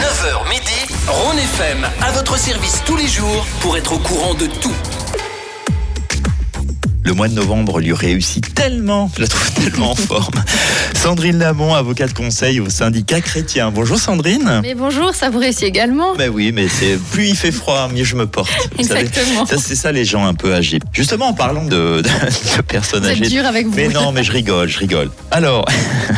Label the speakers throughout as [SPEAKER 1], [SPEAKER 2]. [SPEAKER 1] 9h midi, Rhône FM à votre service tous les jours pour être au courant de tout.
[SPEAKER 2] Le mois de novembre lui réussit tellement, je la trouve tellement en forme. Sandrine Lamont, avocate conseil au syndicat chrétien. Bonjour Sandrine.
[SPEAKER 3] Mais bonjour, ça vous réussit également.
[SPEAKER 2] Ben oui, mais c'est plus il fait froid, mieux je me porte. Vous savez,
[SPEAKER 3] Exactement.
[SPEAKER 2] Ça, c'est ça les gens un peu âgés. Justement, en parlant de, de, de personnes
[SPEAKER 3] Vous êtes
[SPEAKER 2] âgées.
[SPEAKER 3] dur avec vous.
[SPEAKER 2] Mais non, mais je rigole, je rigole. Alors,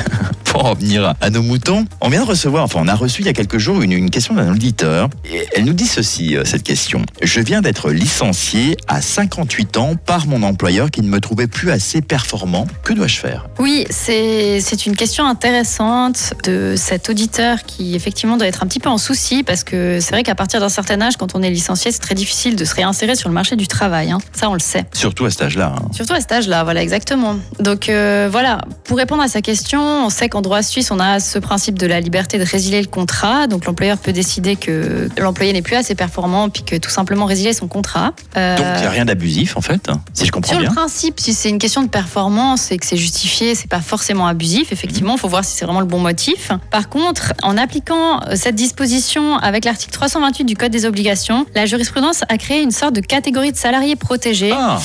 [SPEAKER 2] pour en venir à nos moutons, on vient de recevoir, enfin on a reçu il y a quelques jours une, une question d'un auditeur. Et elle nous dit ceci, euh, cette question. Je viens d'être licencié à 58 ans par mon employeur qui ne me trouvait plus assez performant. Que dois-je faire
[SPEAKER 3] Oui, c'est c'est une question intéressante de cet auditeur qui effectivement doit être un petit peu en souci parce que c'est vrai qu'à partir d'un certain âge, quand on est licencié, c'est très difficile de se réinsérer sur le marché du travail. hein. Ça, on le sait.
[SPEAKER 2] Surtout à cet âge-là. hein.
[SPEAKER 3] Surtout à cet âge-là, voilà, exactement. Donc euh, voilà, pour répondre à sa question, on sait qu'en droit suisse, on a ce principe de la liberté de résilier le contrat. Donc l'employeur peut décider que l'employé n'est plus assez performant, puis que tout simplement résilier son contrat. Euh,
[SPEAKER 2] Donc il n'y a rien d'abusif en fait, hein, si je comprends
[SPEAKER 3] Sur le
[SPEAKER 2] bien.
[SPEAKER 3] principe, si c'est une question de performance et que c'est justifié, c'est pas forcément abusif. Effectivement,
[SPEAKER 2] Mhm.
[SPEAKER 3] il faut voir si c'est vraiment le bon motif. Par contre, en appliquant euh, cette disposition avec l'article 328 du Code des obligations, la jurisprudence a créé une sorte de catégorie de salariés protégés.
[SPEAKER 2] Ah,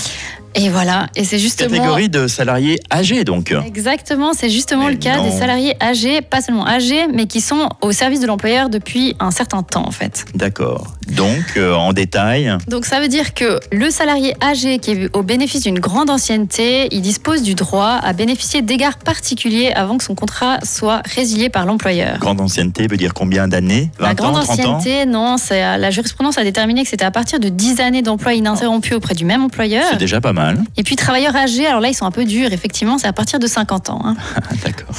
[SPEAKER 3] Et voilà. Et c'est justement.
[SPEAKER 2] catégorie de salariés âgés donc.
[SPEAKER 3] Exactement, c'est justement
[SPEAKER 2] Mais
[SPEAKER 3] le cas
[SPEAKER 2] non.
[SPEAKER 3] des salariés âgés, pas seulement âgés, mais qui sont au service de l'employeur depuis un certain temps en fait.
[SPEAKER 2] D'accord. Donc euh, en détail,
[SPEAKER 3] Donc ça veut dire que le salarié âgé qui est au bénéfice d'une grande ancienneté, il dispose du droit à bénéficier d'égards particuliers avant que son contrat soit résilié par l'employeur.
[SPEAKER 2] grande ancienneté veut dire combien d'années 20
[SPEAKER 3] La grande
[SPEAKER 2] ans, 30 ans
[SPEAKER 3] ancienneté, non, c'est euh, la jurisprudence a déterminé que c'était à partir de 10 années d'emploi ininterrompu auprès du même employeur.
[SPEAKER 2] C'est déjà pas mal.
[SPEAKER 3] Et puis travailleurs âgés, alors là ils sont un peu durs, effectivement, c'est à partir de 50 ans. hein.
[SPEAKER 2] Ah, D'accord.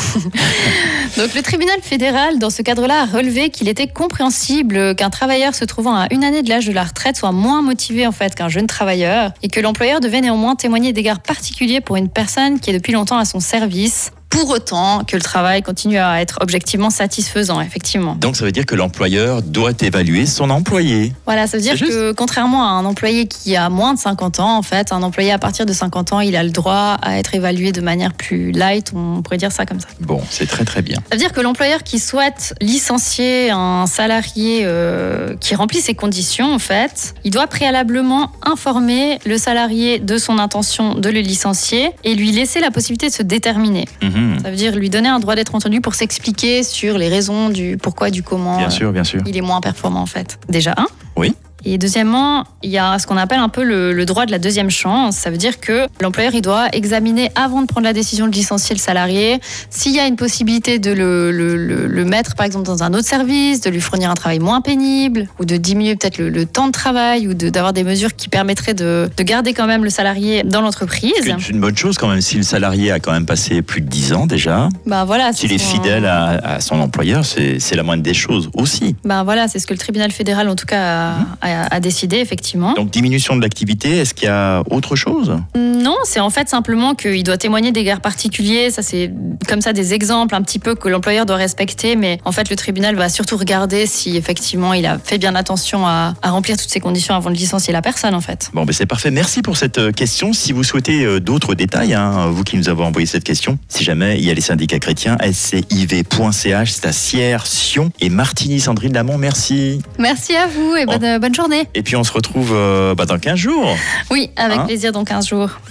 [SPEAKER 3] Donc le tribunal fédéral, dans ce cadre-là, a relevé qu'il était compréhensible qu'un travailleur se trouvant à une année de l'âge de la retraite soit moins motivé en fait qu'un jeune travailleur et que l'employeur devait néanmoins témoigner d'égards particuliers pour une personne qui est depuis longtemps à son service. Pour autant que le travail continue à être objectivement satisfaisant, effectivement.
[SPEAKER 2] Donc ça veut dire que l'employeur doit évaluer son employé.
[SPEAKER 3] Voilà, ça veut dire
[SPEAKER 2] C'est juste.
[SPEAKER 3] que contrairement à un employé qui a moins de 50 ans, en fait, un employé à partir de 50 ans, il a le droit à être évalué de manière plus light, on pourrait dire ça comme ça.
[SPEAKER 2] Bon, c'est très très bien.
[SPEAKER 3] Ça veut dire que l'employeur qui souhaite licencier un salarié euh, qui remplit ces conditions, en fait, il doit préalablement informer le salarié de son intention de le licencier et lui laisser la possibilité de se déterminer.
[SPEAKER 2] Mhm.
[SPEAKER 3] Ça veut dire lui donner un droit d'être entendu pour s'expliquer sur les raisons du pourquoi, du comment.
[SPEAKER 2] Bien
[SPEAKER 3] euh,
[SPEAKER 2] sûr, bien sûr.
[SPEAKER 3] il est moins performant en fait. Déjà un.
[SPEAKER 2] Oui.
[SPEAKER 3] Et deuxièmement, il y a ce qu'on appelle un peu le, le droit de la deuxième chance. Ça veut dire que l'employeur, il doit examiner avant de prendre la décision de licencier le salarié s'il y a une possibilité de le, le- le- le mettre, par exemple, dans un autre service, de lui fournir un travail moins pénible, ou de diminuer peut-être le, le temps de travail, ou de- d'avoir des mesures qui permettraient de, de garder quand même le salarié dans l'entreprise.
[SPEAKER 2] C'est une- c'est une bonne chose quand même si le salarié a quand même passé plus de 10 ans déjà.
[SPEAKER 3] Ben voilà,
[SPEAKER 2] S'il est
[SPEAKER 3] son-
[SPEAKER 2] fidèle à, à son employeur, c'est c'est la moindre des choses aussi.
[SPEAKER 3] Ben voilà, c'est ce que le tribunal fédéral, en tout cas, a,
[SPEAKER 2] Mmh.
[SPEAKER 3] a- a décidé, effectivement.
[SPEAKER 2] Donc diminution de l'activité, est-ce qu'il y a autre chose
[SPEAKER 3] Non, c'est en fait simplement qu'il doit témoigner d'égards particuliers. Ça, c'est comme ça des exemples un petit peu que l'employeur doit respecter. Mais en fait, le tribunal va surtout regarder si effectivement il a fait bien attention à, à remplir toutes ces conditions avant de licencier la personne, en fait.
[SPEAKER 2] Bon, ben c'est parfait. Merci pour cette euh, question. Si vous souhaitez euh, d'autres détails, hein, vous qui nous avez envoyé cette question, si jamais il y a les syndicats chrétiens, sciv.ch, c'est à Sierre, Sion et Martigny. Sandrine Lamont, merci.
[SPEAKER 3] Merci à vous et
[SPEAKER 2] bonne-
[SPEAKER 3] bonne journée.
[SPEAKER 2] Et puis on se retrouve euh, bah, dans 15 jours.
[SPEAKER 3] Oui, avec
[SPEAKER 2] Hein
[SPEAKER 3] plaisir dans 15 jours.